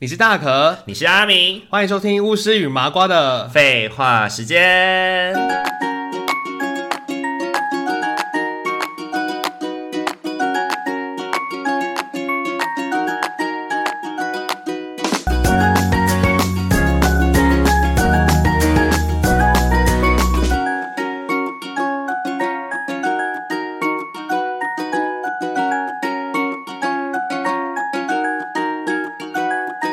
你是大可，你是阿明，欢迎收听巫师与麻瓜的。废话时间。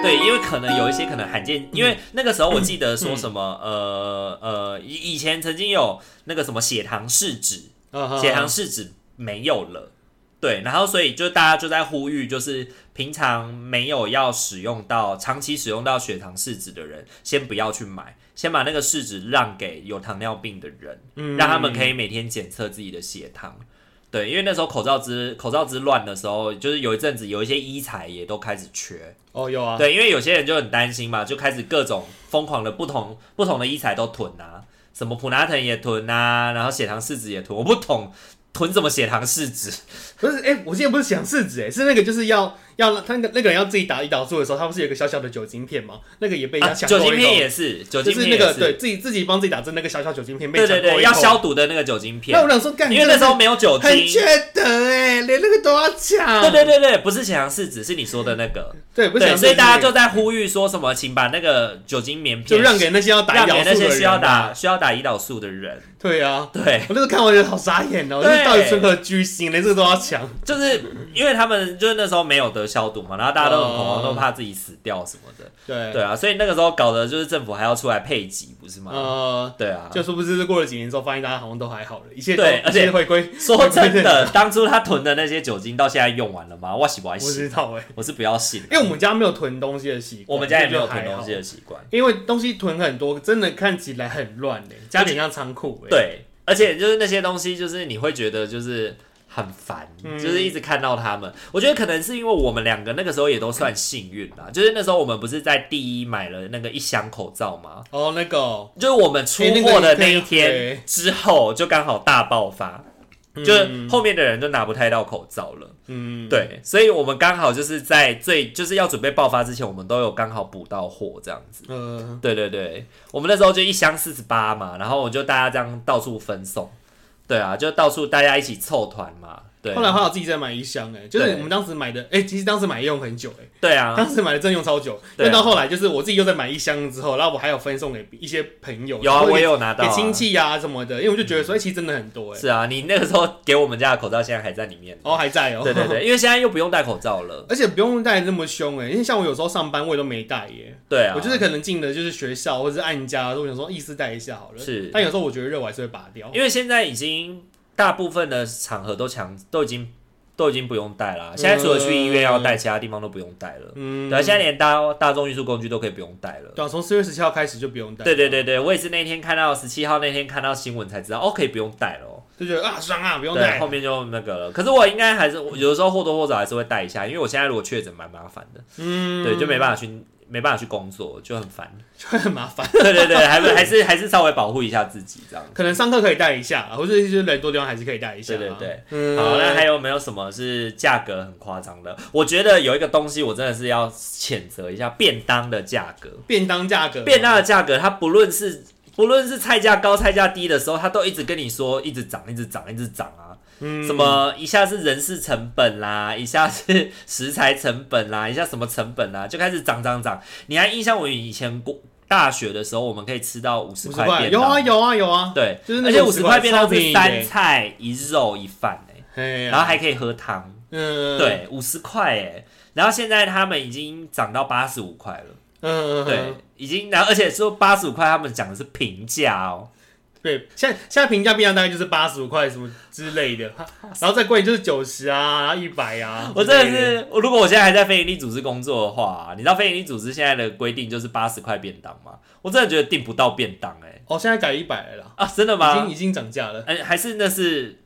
对，因为可能有一些可能罕见，因为那个时候我记得说什么，呃呃，以以前曾经有那个什么血糖试纸，啊血糖试纸没有了，对，然后所以就大家就在呼吁，就是平常没有要使用到、长期使用到血糖试纸的人，先不要去买，先把那个试纸让给有糖尿病的人，嗯让他们可嗯以每天检测自己的血糖。对，因为那时候口罩之口罩之乱的时候，就是有一阵子有一些医材也都开始缺，哦，有啊，对，因为有些人就很担心嘛，就开始各种疯狂的不同不同的医材都囤啊，什么普拿疼也囤啊，然后血糖试纸也囤，我不懂囤什么血糖试纸，不是，哎、我记得不是想试纸，哎，是那个就是要要他那个那个人要自己打胰岛素的时候，他不是有一个小小的酒精片吗？那个也被人啊家抢购酒精一片空也是，酒就精是片那个也是，对自己自己帮自己打针那个小小酒精片被对抢对购一对，要空消毒的那个酒精片那我，想说，干，因为那时候没有酒你真的是很精。缺德哎、连那个都要抢。对对对对，不是血糖试纸，是你说的那个。对，不对，想所以大家就就在呼吁说什么，请把那个酒精棉片就让给那些要打让胰岛给素那的些人。啊需要打。需要打胰岛素的人。对啊，对，我那时候看完觉得好傻眼哦、我就对是到底存何居心，连这个都要抢。就是因为他们就是那时候没有得消毒嘛，然后大家都很恐哦慌，都怕自己死掉什么的。对，对啊，所以那个时候搞的就是政府还要出来配给，不是吗？呃，对啊，就殊不知过了几年之后，发现大家好像都还好了，一切都对而且一切回归。说真 的，当初他囤的那些酒精到现在用完了吗？我喜不爱我不信知，道哎、我是不要信，因为我们家没有囤东西的习惯，我们家也没所有以囤就还好东西，的习惯。因为东西囤很多，真的看起来很乱嘞、家里很像仓库哎。对，而且就是那些东西，就是你会觉得就是很烦，嗯就是一直看到他们。我觉得可能是因为我们两个那个时候也都算幸运啦，就是那时候我们不是在第一买了那个一箱口罩吗？哦，那个哦，就是我们出货的欸那那一个也可以天之后，就刚好大爆发，嗯就是后面的人就拿不太到口罩了。嗯，对，所以我们刚好就是在最就是要准备爆发之前，我们都有刚好补到货这样子。呃，对对对，我们那时候就一箱四十八嘛，然后我就大家这样到处分送。对啊，就到处大家一起凑团嘛。对，啊后来还有自己再买一箱哎、就是对我们当时买的哎、其实当时买用很久哎、对啊，当时买的真用超久，对但啊到后来就是我自己又再买一箱之后，然后我还有分送给一些朋友，有啊，然后我也有拿到、给啊。亲戚呀、什么的，因为我就觉得说，哎、其实真的很多哎、是啊，你那个时候给我们家的口罩现在还在里面。哦还在哦，对对，对，因为现在又不用戴口罩了。而且不用带那么凶哎、因为像我有时候上班我也都没带耶、对啊，我就是可能进的就是学校或者是按家，我想说意思带一下好了，是但有时候我觉得热我还是会拔掉，因为现在已经大部分的场合都强都已经都已经不用戴啦，现在除了去医院要戴，其他地方都不用戴了。嗯，对啊，现在连大大众运输工具都可以不用戴了。对啊，从四月十七号开始就不用带，对对，对对，我也是那天看到十七号那天看到新闻才知道，哦，可以不用戴了哦。就觉得啊爽啊，不用对，带后，面就那个了。可是我应该还是我有的时候或多或少还是会戴一下，因为我现在如果确诊蛮麻烦的，嗯，对，就没办法去没办法去工作，就很烦。 就会 很麻烦。对对对，还是还是还是稍微保护一下自己这样。可能上课可以带一下，或者一些人多地方还是可以带一下。对对对，嗯，好，那还有没有什么是价格很夸张的？我觉得有一个东西，我真的是要谴责一下便当的价格。便当价格，便当的价格，它不论是不论是菜价高、菜价低的时候，它都一直跟你说一直涨、一直涨、一直涨啊。嗯什么一下是人事成本啦，一下是食材成本啦，一下什么成本啦，就开始涨涨涨。你还印象我以前过大学的时候，我们可以吃到五十五十块块，便有啊当，有啊有啊，对，就是那而且个五50十块块便当超便是宜的三菜一肉一饭欸嘿呀然后还可以喝汤。啊嗯，对，五十块哎，然后现在他们已经涨到八十五块了，嗯，嗯，对嗯，已经，然后而且说八十五块，他们讲的是平价哦，对，现在现在平价便当大概就是八十五块什么之类 的，然后再贵就是九十啊、一百啊，我真之的类是，我如果我现在还在非营利组织工作的话、你知道非营利组织现在的规定就是八十块便当吗？我真的觉得订不到便当哎，哦，现在改一百了啊，真的啦，已经吗？已经涨价 了，哎、还是那是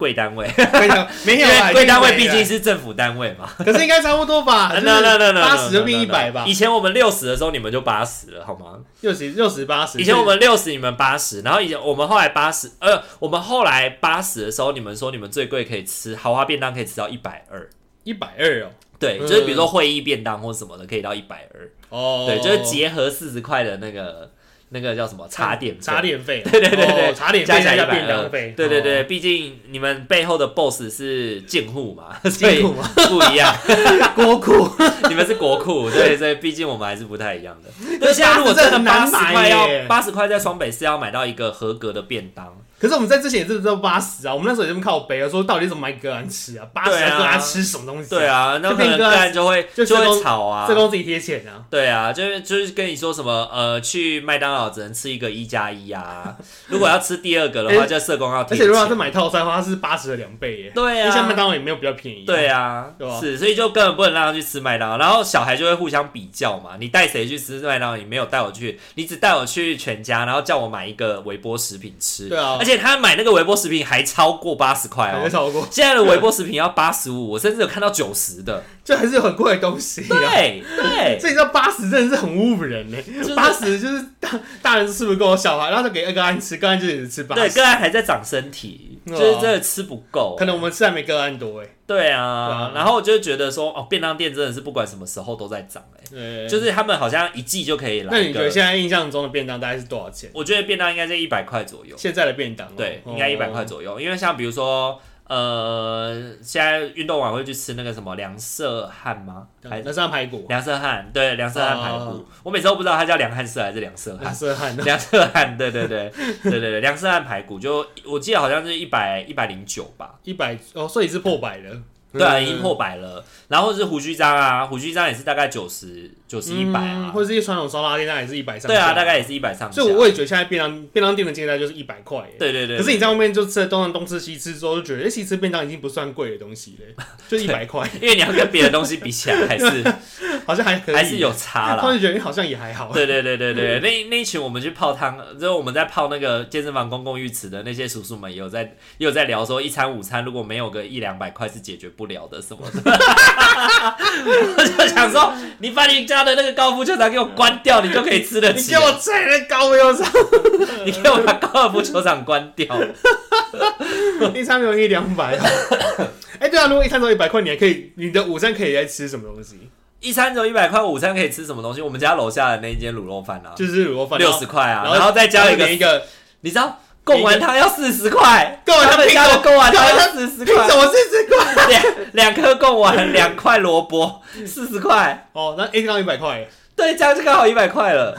贵单位，没有 没因有啦，为啊贵单位毕已经竟没了，是政府单位嘛。可是应该差不多 吧那那那那那八十就变一百吧以，前我们六十的时候，你们就八十了好吗？六十六十八十，以前我们六十，你们八十，然后以前我们后来八十，呃，我们后来八十的时候，你们说你们最贵可以吃豪华便当可以吃到一百二，一百二哦，对，就是比如说会议便当或什么的，可以到一百二。哦，对，就是结合四十块的那个那个叫什么茶点费茶点费， 对对对对哦茶点费加起来加一百便二当费，对对对，哦，毕竟你们背后的 boss 是进户嘛，所以辛苦啊吗？不一样， 国库，你们是国库，对，所以毕竟我们还是不太一样的。那现在如果真的八80十块要耶八十块，在双北是要买到一个合格的便当， 可是我们在之前也是知道八十啊，我们那时候也这么靠北啊，说到底怎么买个案吃啊？八十对啊个案吃什么东西？对，啊，那可能个人就会就就是公会吵啊这。都自己贴钱啊。对啊，就是就是跟你说什么呃，去麦当劳只能吃一个一加一啊， 如果要吃第二个的话，哎就社工要而贴且如果要钱是买套餐的话，它是八十的两倍耶。对因为像麦啊，当劳也没有比较便宜。对，啊对，吧是，所以就根本不能让他去吃麦当劳。然后小孩就会互相比较嘛，你带谁去吃麦当劳？你没有带我去，你只带我去全家，然后叫我买一个微波食品吃。对啊而且他买那个微波食品还超过八十块还没哦。超过，现在的微波食品要八十五，我甚至有看到九十的。就还是有很贵的东西啊。对对，所以你知道八十真的是很侮辱人呢是，八十就是大大人吃不够，小孩然后就给个案吃，个案就只吃八对，十，个人还在长身体，哇就是真的吃不够哦可。能我们吃还没个案多哎。对对啊啊，然后我就觉得说，哦，便当店真的是不管什么时候都在涨，哎，对就是他们好像一季就可以来一个。那你觉得现在印象中的便当大概是多少钱？我觉得便当应该在一百块左右，现在的便当哦对，应该一百块。左右。因为像比如说，呃，现在运动完会去吃那个什么凉色汉吗？哦还那是排骨，凉色汉？对，凉色汉排哦骨。我每次都不知道它叫凉汉色还是凉色那 汉。是汉的。凉色汉，对对对对对对，凉色汉排骨就我记得好像是一百一百零九吧，一百哦，所以是破百了。对啊，嗯已经破百了。然后是胡须章啊，胡须章也是大概九十九十一百嗯啊，或者是传统烧腊店，大概也是一百上下。对啊，大概也是一百上下所以。我也觉得现在便当便当店的接待就是一百块耶。对对对，可是你在外面就吃了东东吃西吃之后，就觉得哎，其实便当已经不算贵的东西 了，就一百块，因为你要跟别的东西比起来，还 是好像还可以，还是有 差啦突。然觉得好像也还好。对对对对对，那那一群我们去泡汤，就是我们在泡那个健身房公共浴池的那些叔叔们，也有在也有在聊说，一餐午餐如果没有个一两百块是解决不了的什么的。我就想说，你把你家的那个高尔夫球场给我关掉，你就可以吃得你起给。我在那高油上，你给我把高尔夫球场关掉。一餐没有一两百。 哎，对啊，如果一餐只有一百块，你还可以，你的午餐可以来吃什么东西？一餐只有一百块，午餐可以吃什么东西？我们家楼下的那一间卤肉饭啊，就是卤肉饭，六十块啊，然后然后再加一个点一个，你知道贡丸汤要四十块，贡丸汤他们家的贡丸汤要 四十凭块，什么是这个？两两颗贡丸， 两块萝卜，四十块，哦，那一张一百块，对，这样就刚好一百 块了。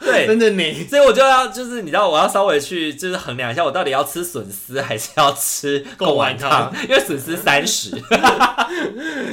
对，真的你所以我就要就是你知道我要稍微去就是衡量一下，我到底要吃笋丝还是要吃贡丸贡丸汤，因为笋丝三 十，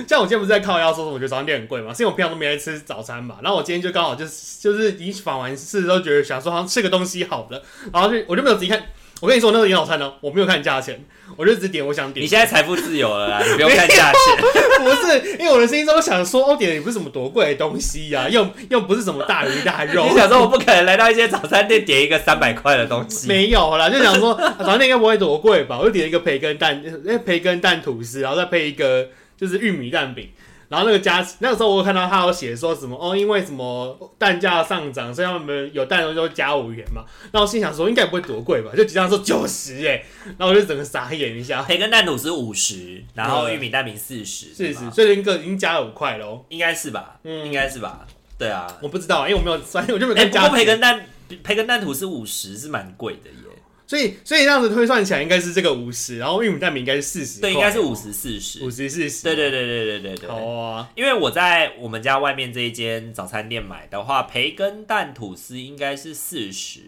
像我今天不是在靠腰说什么，我觉得早餐店很贵嘛，是因为我平常都没来吃早餐嘛。然后我今天就刚好就是就是已经访完试之后，觉得想说好像吃个东西好了，然后就我就没有仔细看。我跟你说，那个营早餐呢，我没有看价钱，我就只点我想点。你现在财富自由了啦， 你不用看价钱。不是因为我的心中想说，哦，点的也不是什么多贵的东西呀、又又不是什么大鱼大肉你，想说我不可能来到一些早餐店点一个三百块的东 西，没有啦，就想说啊早餐店应该不会多贵吧，我就点了一个培根蛋，哎，培根蛋吐司，然后再配一个就是玉米蛋饼。然后那个加，那个时候我有看到他有写说什么哦，因为什么蛋价上涨，所以他们有蛋的时候加五元嘛。那我心想说应该也不会多贵吧，就结账说九十哎，然后我就整个傻眼一下，培根蛋吐司五十，然后玉米蛋饼四十，四对十，吧所以人个已经加了五块喽。应该是吧？嗯应该是吧？对啊。我不知道，因为我没有，所以我就没有哎、看不加、过培根蛋培根蛋吐司五十是蛮贵的耶，所以所以这样子推算起来应该是这个五十，然后玉米蛋饼应该是四十，对，应该是五，十四十。五十四十，对对对对对对对。好啊，因为我在我们家外面这一间早餐店买的话，培根蛋吐司应该是四十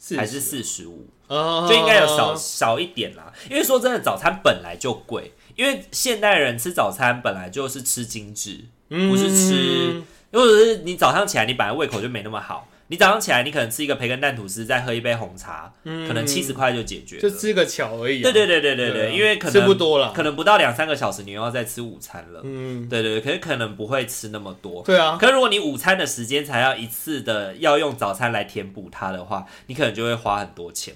40还是四十五，哦就应该有少少一点啦。因为说真的，早餐本来就贵，因为现代人吃早餐本来就是吃精致，不是吃，如果是你早上起来，你本来胃口就没那么好，你早上起来你可能吃一个培根蛋吐司，再喝一杯红茶，嗯可能七十块就解决了。就吃个巧而已、啊。对对对对对对啊对，因为可能吃不多啦可能不到两三个小时，你又要再吃午餐了。嗯，对对对，可是可能不会吃那么多。对啊，可是如果你午餐的时间才要一次的要用早餐来填补它的话，你可能就会花很多钱。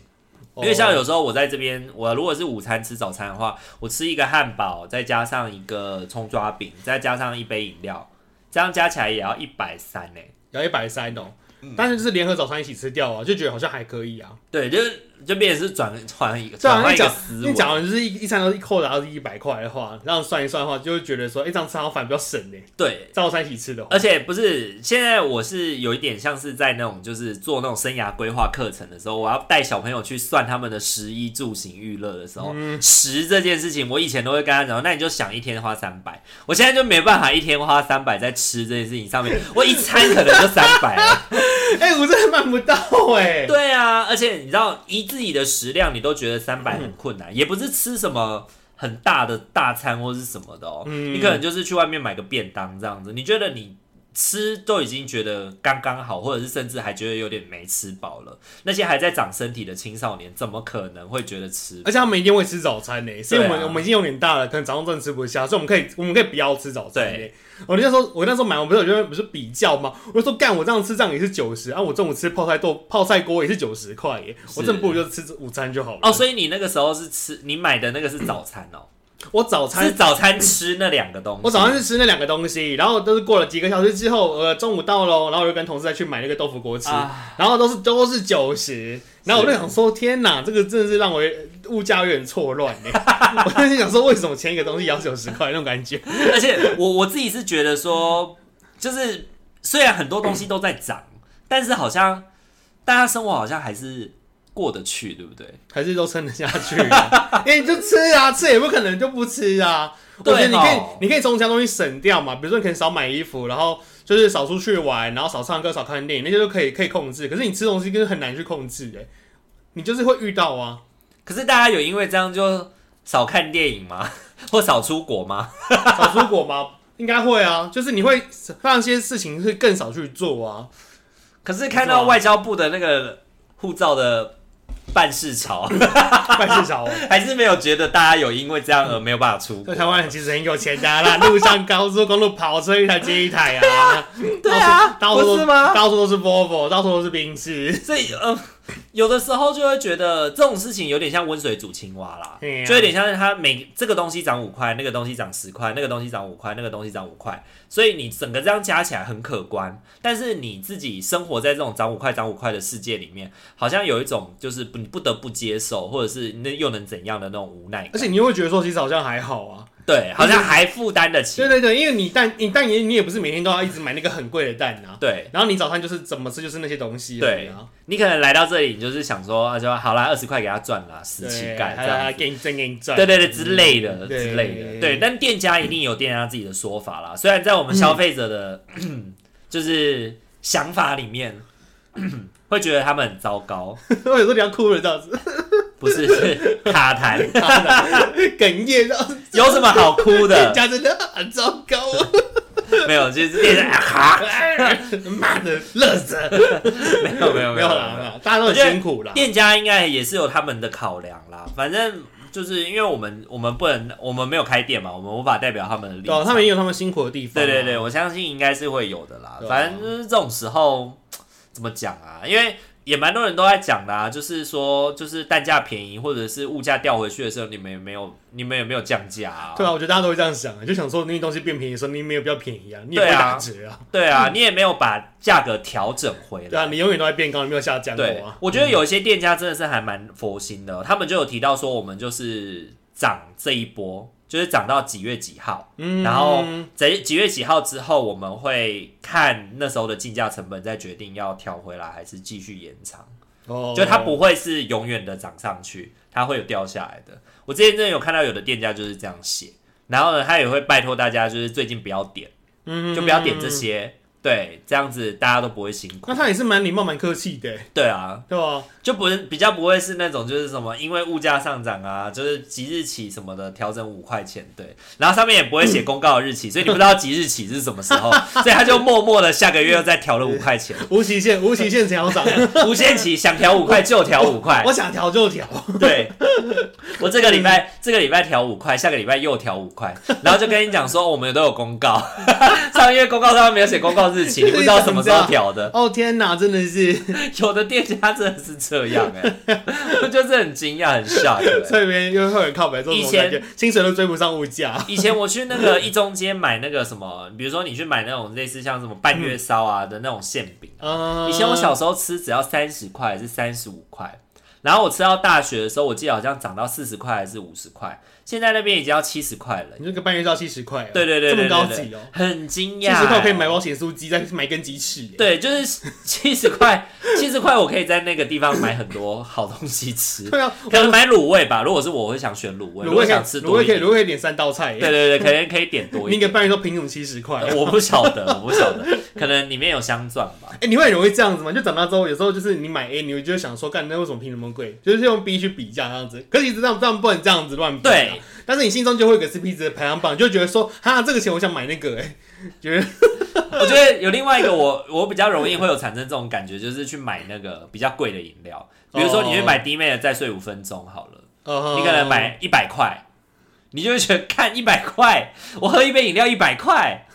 因为像哦有时候我在这边，我如果是午餐吃早餐的话，我吃一个汉堡，再加上一个葱抓饼，再加上一杯饮料，这样加起来也要一百三呢。要一百三哦，但是就是联合早餐一起吃掉啊，就觉得好像还可以啊。对，就是就变成是转换一个对转啊，换你一个讲思维你。讲完就是一一餐都一扣打到一百块的话，然后算一算的话，就会觉得说，哎、这样吃好像反而比较省呢。对，照餐一起吃的话，哦而且不是现在我是有一点像是在那种就是做那种生涯规划课程的时候，我要带小朋友去算他们的食衣住行娱乐的时候，食这件事情，我以前都会跟他讲，那你就想一天花三百，我现在就没办法一天花三百在吃这件事情上面，我一餐可能就三百啊了。哎、我真的办不到哎、对啊，而且你知道，依自己的食量，你都觉得三百很困难，也不是吃什么很大的大餐或是什么的哦，嗯你可能就是去外面买个便当这样子，你觉得你。吃都已经觉得刚刚好，或者是甚至还觉得有点没吃饱了。那些还在长身体的青少年，怎么可能会觉得吃而且他们一定会吃早餐呢、所以我们、对啊我们已经有点大了，可能早上真的吃不下，所以我们可以我们可以不要吃早餐呢、对我那时候我那时候买，我不是有觉得不是比较吗？我就说干，我这样吃这样也是九十啊，我中午吃泡菜豆泡菜锅也是九十块耶，我真的不如就吃午餐就好了。哦？所以你那个时候是吃，你买的那个是早餐哦，我嗯早是餐早餐吃那两个东西。我早上是吃那两个东西，然后都是过了几个小时之后，呃，中午到喽，然后我就跟同事再去买那个豆腐锅吃，啊然后都是都是九十，然后我就想说，天哪，这个真的是让我物价有点错乱哎， 我就想说，为什么前一个东西也要九十块那种感觉？ 而且我我自己是觉得说，就是虽然很多东西都在涨，但是好像大家生活好像还是过得去，对不对？还是都撑得下去、啊， 因为你就吃啊，吃也不可能就不吃啊。我觉得对你可以吼，你可以从其他东西省掉嘛，比如说你可以少买衣服，然后就是少出去玩，然后少唱歌、少看电影，那些都可以可以控制。可是你吃东西就是很难去控制哎、你就是会遇到啊。可是大家有因为这样就少看电影吗？ 或少出国吗？少出国吗？应该会啊，就是你会让一些事情是更少去做啊。可是看到外交部的那个护照的办事潮， 办事少哦。还是没有觉得大家有因为这样而没有办法出在国。台湾人其实很有钱的、啊、啦，路上高速公路跑车一台接一台啊。对啊到处不是吗到处都是 Volvo，到处都是宾士。所以呃，有的时候就会觉得这种事情有点像温水煮青蛙啦，对啊就有点像是它每这个东西涨五块，那个东西涨十块，那个东西涨五块，那个东西涨五块，所以你整个这样加起来很可观。但是你自己生活在这种涨五块、涨五块的世界里面，好像有一种就是不你不得不接受，或者是那又能怎样的那种无奈而感。且你会觉得说，其实好像还好啊。对，好像还负担得起对。对对，因为你蛋，你蛋也你也不是每天都要一直买那个很贵的蛋啊。对，然后你早餐就是怎么吃就是那些东西而已对啊，你可能来到这里，你就是想说，啊，就好啦，二十块给他赚啦，死对，乞丐这还样还子。给你真给你赚，对对对，之类的嗯对之类的，对。但店家一定有店家自己的说法啦。虽然在我们消费者的、 就是想法里面， 会觉得他们很糟糕， 我有时候你要哭了这样 子，不是是卡痰， 哽咽这样 子，有什么好哭 的？家真的很糟糕啊，没有，就是店家、啊、哈， 妈的，乐死了！没有没有没没有有啦，没有啦大家都很我觉得辛苦啦。店家应该也是有他们的考量啦。反正就是因为我们我们不能，我们没有开店嘛，我们无法代表他们的立对啊，场。他们也有他们辛苦的地方啊。对对对，我相信应该是会有的啦。对啊反正就是这种时候，怎么讲啊？因为也蛮多人都在讲啦、就是说，就是蛋价便宜或者是物价掉回去的时候，你们有没有你们有没有降价啊？对啊，我觉得大家都会这样想，就想说那些东西变便宜的时候，你没有比较便宜啊，你也不会对啊打折啊。对啊，你也没有把价格调整回对啊，来。你永远都在变高，你没有下降过对啊。，我觉得有一些店家真的是还蛮佛心的，哦他们就有提到说，我们就是涨这一波，就是涨到几月几号。嗯，然后几几月几号之后，我们会看那时候的竞价成本，再决定要调回来还是继续延长。哦就它不会是永远的涨上去，它会有掉下来的。我之前真的有看到有的店家就是这样写，然后呢，他也会拜托大家就是最近不要点，嗯就不要点这。些，对，这样子大家都不会辛苦嗯那。他也是蛮礼貌、蛮客气的欸，对啊，对吧？就不比较不会是那种就是什么因为物价上涨啊，就是即日起什么的调整五块钱，对，然后上面也不会写公告的日期，所以你不知道即日起是什么时候，所以他就默默的下个月又再调了五块钱，无期限，无期限调 涨，无限期想调五块就调五块我，想调就调。对，我这个礼拜这个礼拜调五块，下个 礼拜又调五块，然后就跟你讲说我们都有公告，上个月公告上面没有写公告道日期，你不知道什么时候调的。哦天哪，真的是，有的店家真的是这样哎、我 就是很惊讶，很 shock 欸、这边又会很靠北，这种感觉，薪水都追不上物价。以前我去那个一中街买那个什么，比如说你去买那种类似像什么半月烧啊的那种馅饼，嗯，以前我小时候吃只要三十块还是三十五块，然后我吃到大学的时候，我记得好像涨到四十块还是五十块，现在那边已经要七十块了。你这个半月照七十块哦，对对对这对么高对对级哦，很惊七讶、欸十块可以买包咸酥鸡，再买一根鸡翅耶。对，就是七十块，七十块我可以在那个地方买很多好东西吃，对啊，可能买卤味吧。如果是我，我会想选卤味，卤如果味可以想吃卤多味一可以点。卤味可以点三道菜耶，对对对，可能可以点多你一一个点。半月照平均七十块。我不晓得，我不晓得，可能里面有香钻吧。哎、你会很容易这样子吗？就长大之后，有时候就是你买 A，你就会想说，干那为什么拼那么贵？就是用 B 去比价这样子。可是你知道这样不能这样子乱比、啊。对。但是你心中就会有个 CP 值的排行榜，就觉得说，哈，这个钱我想买那个、哎，觉得我觉得有另外一个我，我比较容易会有产生这种感觉，就是去买那个比较贵的饮料，比如说你去哦买弟妹的再睡五分钟好了，呃你可能买一百块，你就会觉得看一百块，我喝一杯饮料一百块，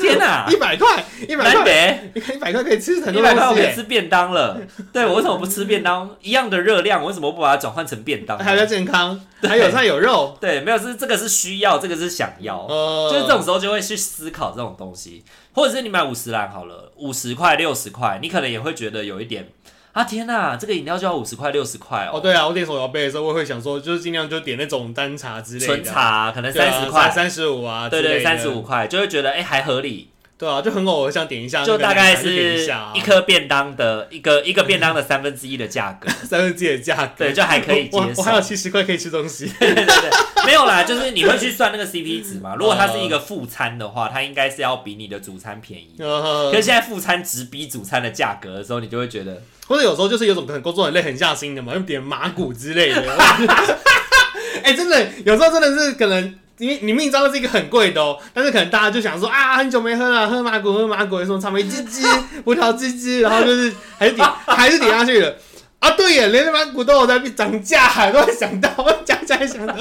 天哪、一百块，一百南块，北你看一百块可以吃很一多百块我东西、可以哎吃便当了，对我为什么不吃便当？一样的热量，我为什么不把它转换成便当呢？还有健康，对还有菜有肉，对，没有是这个是需要，这个是想要，呃，就是这种时候就会去思考这种东西，或者是你买五十兰好了，五十块六十块，你可能也会觉得有一点啊天呐，这个饮料就要五十块六十块哦，哦，对啊，我点手摇杯的时候，我会想说，就是尽量就点那种单茶之类的，纯茶可能对啊，三十块，三十五啊，对对，之类三的十五，块就会觉得哎、还合理，对啊，就很偶尔想点一下那个就奶大茶，概点是下啊一颗便当的一个一个便当的三分之一的价格， 三分之一的价格，对，就还可以接我我我受还。有七十块可以吃东西， 对对对，没有啦，就是你会去算那个 CP 值嘛。如果它是嗯一个副餐的话，它应该是要比你的主餐便宜。可是现在副餐直逼主餐的价格的时候，你就会觉得或者有时候就是有种可能工作很累很下心的嘛，用点麻古之类的。 哎、真的，有时候真的是可能你你明知道这是一个很贵的哦，但是可能大家就想说啊，很久没喝了，喝麻古喝麻古，什么草莓汁汁、葡萄汁汁，然后就是还是点 还是点下去了。啊，对耶，连麻古都有在涨价，都会想到，我讲起来想到，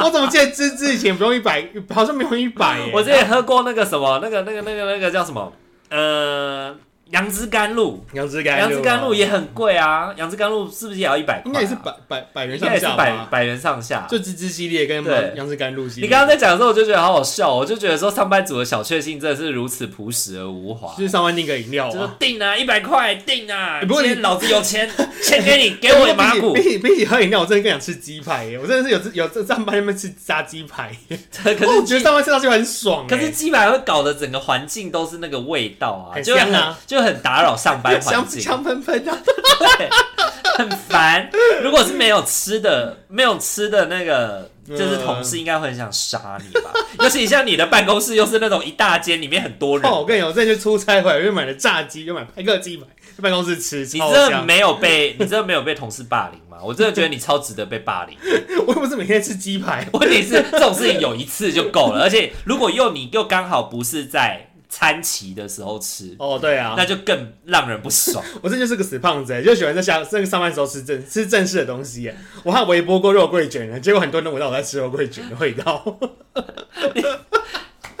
我怎么记得芝芝以前不用一百，好像没有一百耶。 我之前喝过那个什么，那个那个那个那个叫什么，呃，杨枝甘露，杨枝甘露，哦杨枝甘露也很贵啊，杨枝甘露是不是也要一百块啊？应该也是百百百元应上该也是下吧，百百元上下。就芝芝系列跟对杨枝甘露系列。你刚刚在讲的时候，我就觉得好好笑哦，我就觉得说上班族的小确幸真的是如此朴实而无华。就是上万订个饮料就是啊。定啊，一百块定啊！欸不过你哎今天老子有 钱，钱给你，给我马比股。起比起比起喝饮料，我真的更想吃鸡排耶！我真的是有有有上班那边吃炸鸡排耶，可我是觉得鸡，上班吃到就很爽耶。可是鸡排会搞得整个环境都是那个味道啊，很就会香很啊就很打扰上班环香境，香喷喷啊的，对， 很烦。如果是没有吃的，没有吃的那个。就是同事应该会很想杀你 吧，尤其像你的办公室又是那种一大间里面很多人，哦，我跟你讲，我之前去出差回来，我就买了炸鸡，又买拍个鸡排，在办公室吃，你超真的香。没有被，你真的没有被同事霸凌吗？我真的觉得你超值得被霸凌。 我又不是每天吃鸡排，问题是这种事情有一次就够了，而且如果又你又刚好不是在餐期的时候吃，哦，对啊，那就更让人不爽。我这就是个死胖子耶，就喜欢在下那个上班的时候吃正吃正式的东西耶。我还有微波过肉桂卷呢，结果很多人闻到我在吃肉桂卷的味道。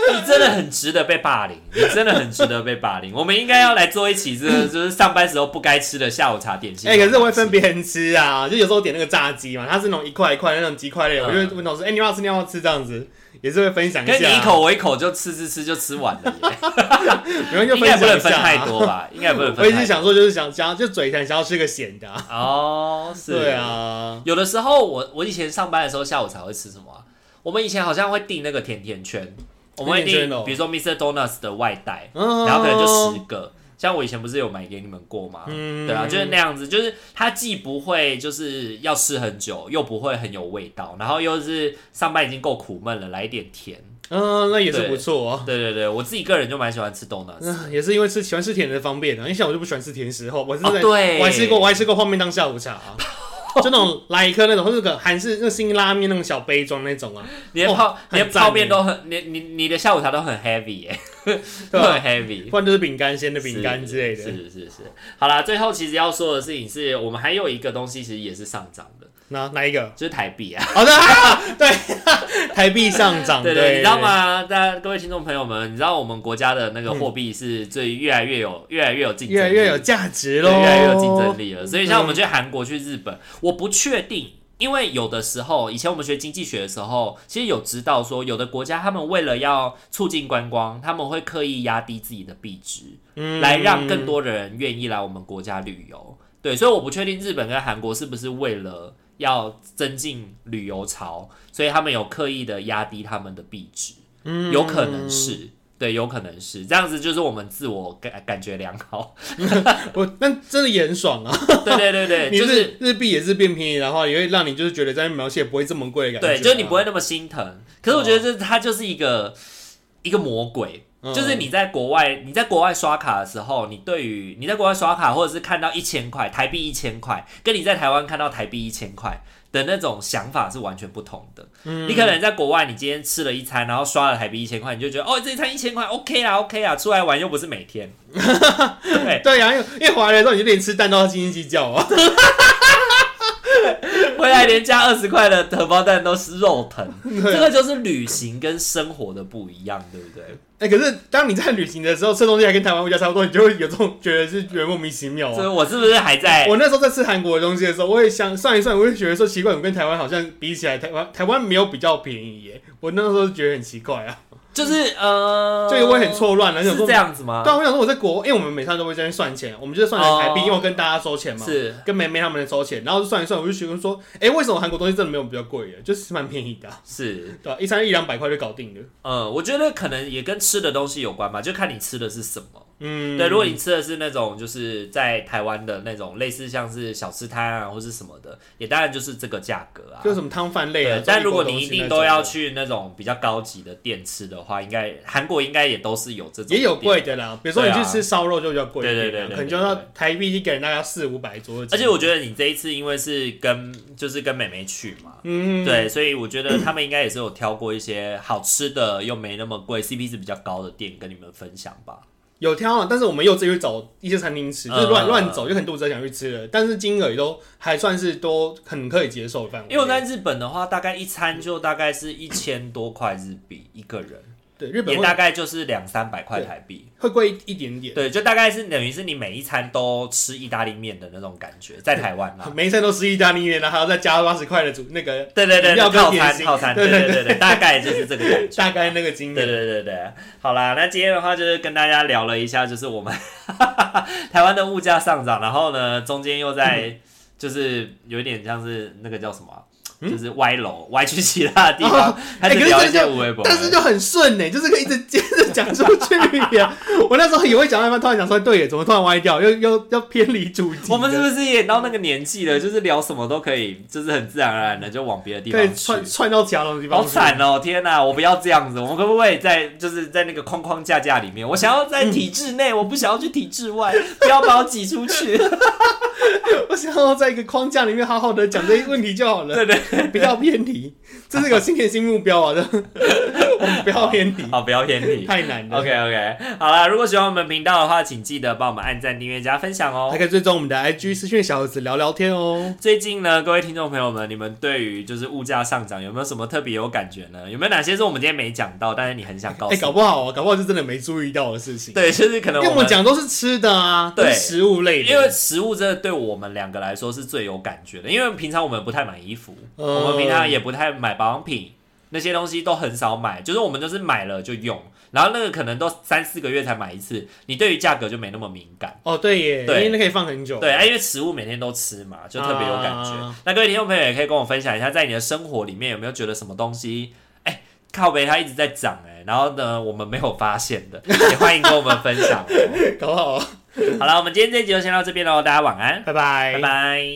你真的很值得被霸凌，你真的很值得被霸凌。我们应该要来做一期，就是就是上班时候不该吃的下午茶点心。哎、可是我会分别人吃啊，就有时候点那个炸鸡嘛，它是那种一块一块的那种鸡块类，嗯我就会问同事，哎、你要不要吃，你要不要吃这样子，也是会分享一可是下、你一口我一口就吃吃吃就吃完了耶，没关系，你们就应该不享能一分下、太啊。多吧？应该不能我分一太直多。想说，就是想想要就嘴馋，想要吃个咸的、啊。哦，是，对。啊，有的时候我我以前上班的时候下午茶会吃什么啊、我们以前好像会订那个甜甜圈，我们会甜订甜圈哦比如说 Mr. Donuts 的外带，嗯然后可能就十个。像我以前不是有买给你们过吗？嗯对啊，就是那样子，就是它既不会就是要吃很久，又不会很有味道，然后又是上班已经够苦闷了，来一点甜。嗯，那也是不错哦、对对对，我自己个人就蛮喜欢吃 donuts。嗯，也是因为吃喜欢吃甜的方便啊。你想我就不喜欢吃甜食后，我是哦在、对我还吃过，我还吃过泡面当下午茶、 啊，就那种来一颗那种，或者个韩式那个新拉 面那种小杯装那种啊。你的泡、哦你的很赞泡面耶都很，你你你的下午茶都很 heavy 耶、对很吧？ heavy。不然就是饼干鲜的饼干之类的是。是是是。好啦，最后其实要说的事情是我们还有一个东西，其实也是上涨的，那哪一个？就是台币啊。好的， 啊对，台币上涨，对对，你知道？吗？大家各位听众朋友们，你知道我们国家的那个货币是最越来越有越来越有竞争嗯力，越来越有价值对喽，越来越有竞争力了。所以像我们去韩国、去日本，我不确定。因为有的时候，以前我们学经济学的时候，其实有知道说，有的国家他们为了要促进观光，他们会刻意压低自己的币值，嗯来让更多的人愿意来我们国家旅游。对，所以我不确定日本跟韩国是不是为了要增进旅游潮，所以他们有刻意的压低他们的币值，嗯有可能是。对，有可能是这样子，就是我们自我感感觉良 好。我那真的也很爽啊！对对对对，你就是日日币也是变便宜，然后也会让你就是觉得在描写不会这么贵的感觉啊，对，就是你不会那么心疼。可是我觉得这它就是一个一个魔鬼，嗯就是你在国外你在国外刷卡的时候，你对于你在国外刷卡或者是看到一千块台币一千块，跟你在台湾看到台币一千块。的那种想法是完全不同的。嗯你可能在国外，你今天吃了一餐，然后刷了台币一千块，你就觉得哦，这一餐一千块，OK 啦，OK 啦，出来玩又不是 每天。对，对啊呀，因为因为回来的时候你就连吃蛋都要斤斤计较 啊，回来连加二十块的荷包蛋都是肉疼，这个就是旅行跟生活的不一样，对不对？哎，可是当你在旅行的时候吃东西还跟台湾物价差不多，你就会有这种觉得是觉得莫名其妙所以啊。我是不是还在？我那时候在吃韩国的东西的时候，我也想算一算，我也觉得说奇怪，我跟台湾好像比起来，台湾台湾没有比较便宜耶。我那时候觉得很奇怪啊，就是呃，这个我也很错乱了，想是说这样子吗？对啊，我想说我在国，因为我们每趟都会在那边算钱，我们就是算成台币，哦因为我跟大家收钱嘛，是跟梅梅他们的收钱，然后就算一算，我就觉得说，哎、为什么韩国东西真的没有比较贵的，就是蛮便宜的啊、是，对吧、一餐一两百块就搞定了。呃，我觉得可能也跟吃的东西有关吧，就看你吃的是什么。嗯，对，如果你吃的是那种就是在台湾的那种类似像是小吃摊啊或是什么的，也当然就是这个价格啊。就是什么汤饭类啊对，，但如果中你国一东西定那都种要的，去那种比较高级的店吃的话，应该韩国应该也都是有这种也有店贵的啦，比如说你对去啊吃烧肉就比较贵一点啊，对对对对对可能就要台币一个人大概四五百左右。而且我觉得你这一次因为是跟就是跟妹妹去嘛，嗯，对，所以我觉得他们应该也是有挑过一些好吃的又没那么贵，CP 值比较高的店跟你们分享吧。有挑啊，但是我们又自己去找一些餐厅吃，就是乱嗯乱走，就很肚子饿想去吃了，但是金额也都还算是都很可以接受的范围。因为我在日本的话，大概一餐就大概是一千多块日币一个人，对日本也会大概就是两三百块台币。会贵一点点。对，就大概是等于是你每一餐都吃意大利面的那种感觉，在台湾 啦。每一餐都吃意大利面，然后还要再加八十块的主那个，对对对，要对跟套点餐心套餐，对对对对对 对，大概就是这个感觉。大概那个金对额。对对对，好啦，那今天的话就是跟大家聊了一下，就是我们 台湾的物价上涨，然后呢，中间又在就是有一点像是那个叫什么啊、就是歪楼歪去其他的地方， 哦开始嗯可是聊这一些就无微博。但是就很顺呢、就是可以一直接着讲出去呀、 我那时候也会讲到一半，突然讲出来，对耶，怎么突然歪掉，又又要偏离主题。我们是不是也到那个年纪了，就是聊什么都可以，就是很自然而然的就往别的地可以方去。串串到其他东西？好惨哦！天哪，我不要这样子。我们可不可以在就是在那个框框架架里面？我想要在体制内，我不想要去体制外，不要把我挤 出去。我想要在一个框架里面好好的讲这些问题就好了， 对对不要偏题。这是个新年新目标啊，这 我们不要偏题，好，不要偏题。太 难了。 OK OK，好啦，如果喜欢我们频道的话，请记得帮我们按赞、订阅、加分享哦还。可以追踪我们的 IG 私讯小盒子聊聊天哦。最近呢，各位听众朋友们，你们对于就是物价上涨有没有什么特别有感觉呢？有没有哪些是我们今天没讲到，但是你很想告哎、诉搞我？不好啊，搞不好是真的没注意到的事情。对，就是可能因为我我们们，讲都是吃的啊，都对是食物类的，因为食物真的对我们两个来说是最有感觉的，因为平常我们不太买衣服，嗯我们平常也不太买保养品。那些东西都很少买，就是我们就是买了就用，然后那个可能都三四个月才买一次，你对于价格就没那么敏感。哦对耶，对因为那可以放很久。对，啊因为食物每天都吃嘛，就特别有感觉。啊那各位听众朋友也可以跟我分享一下，在你的生活里面有没有觉得什么东西，哎、靠北它一直在涨哎、然后呢我们没有发现的， 也欢迎跟我们分享哦。 搞不好，好了，我们今天这一集就先到这边喽，大家晚安，拜拜，拜拜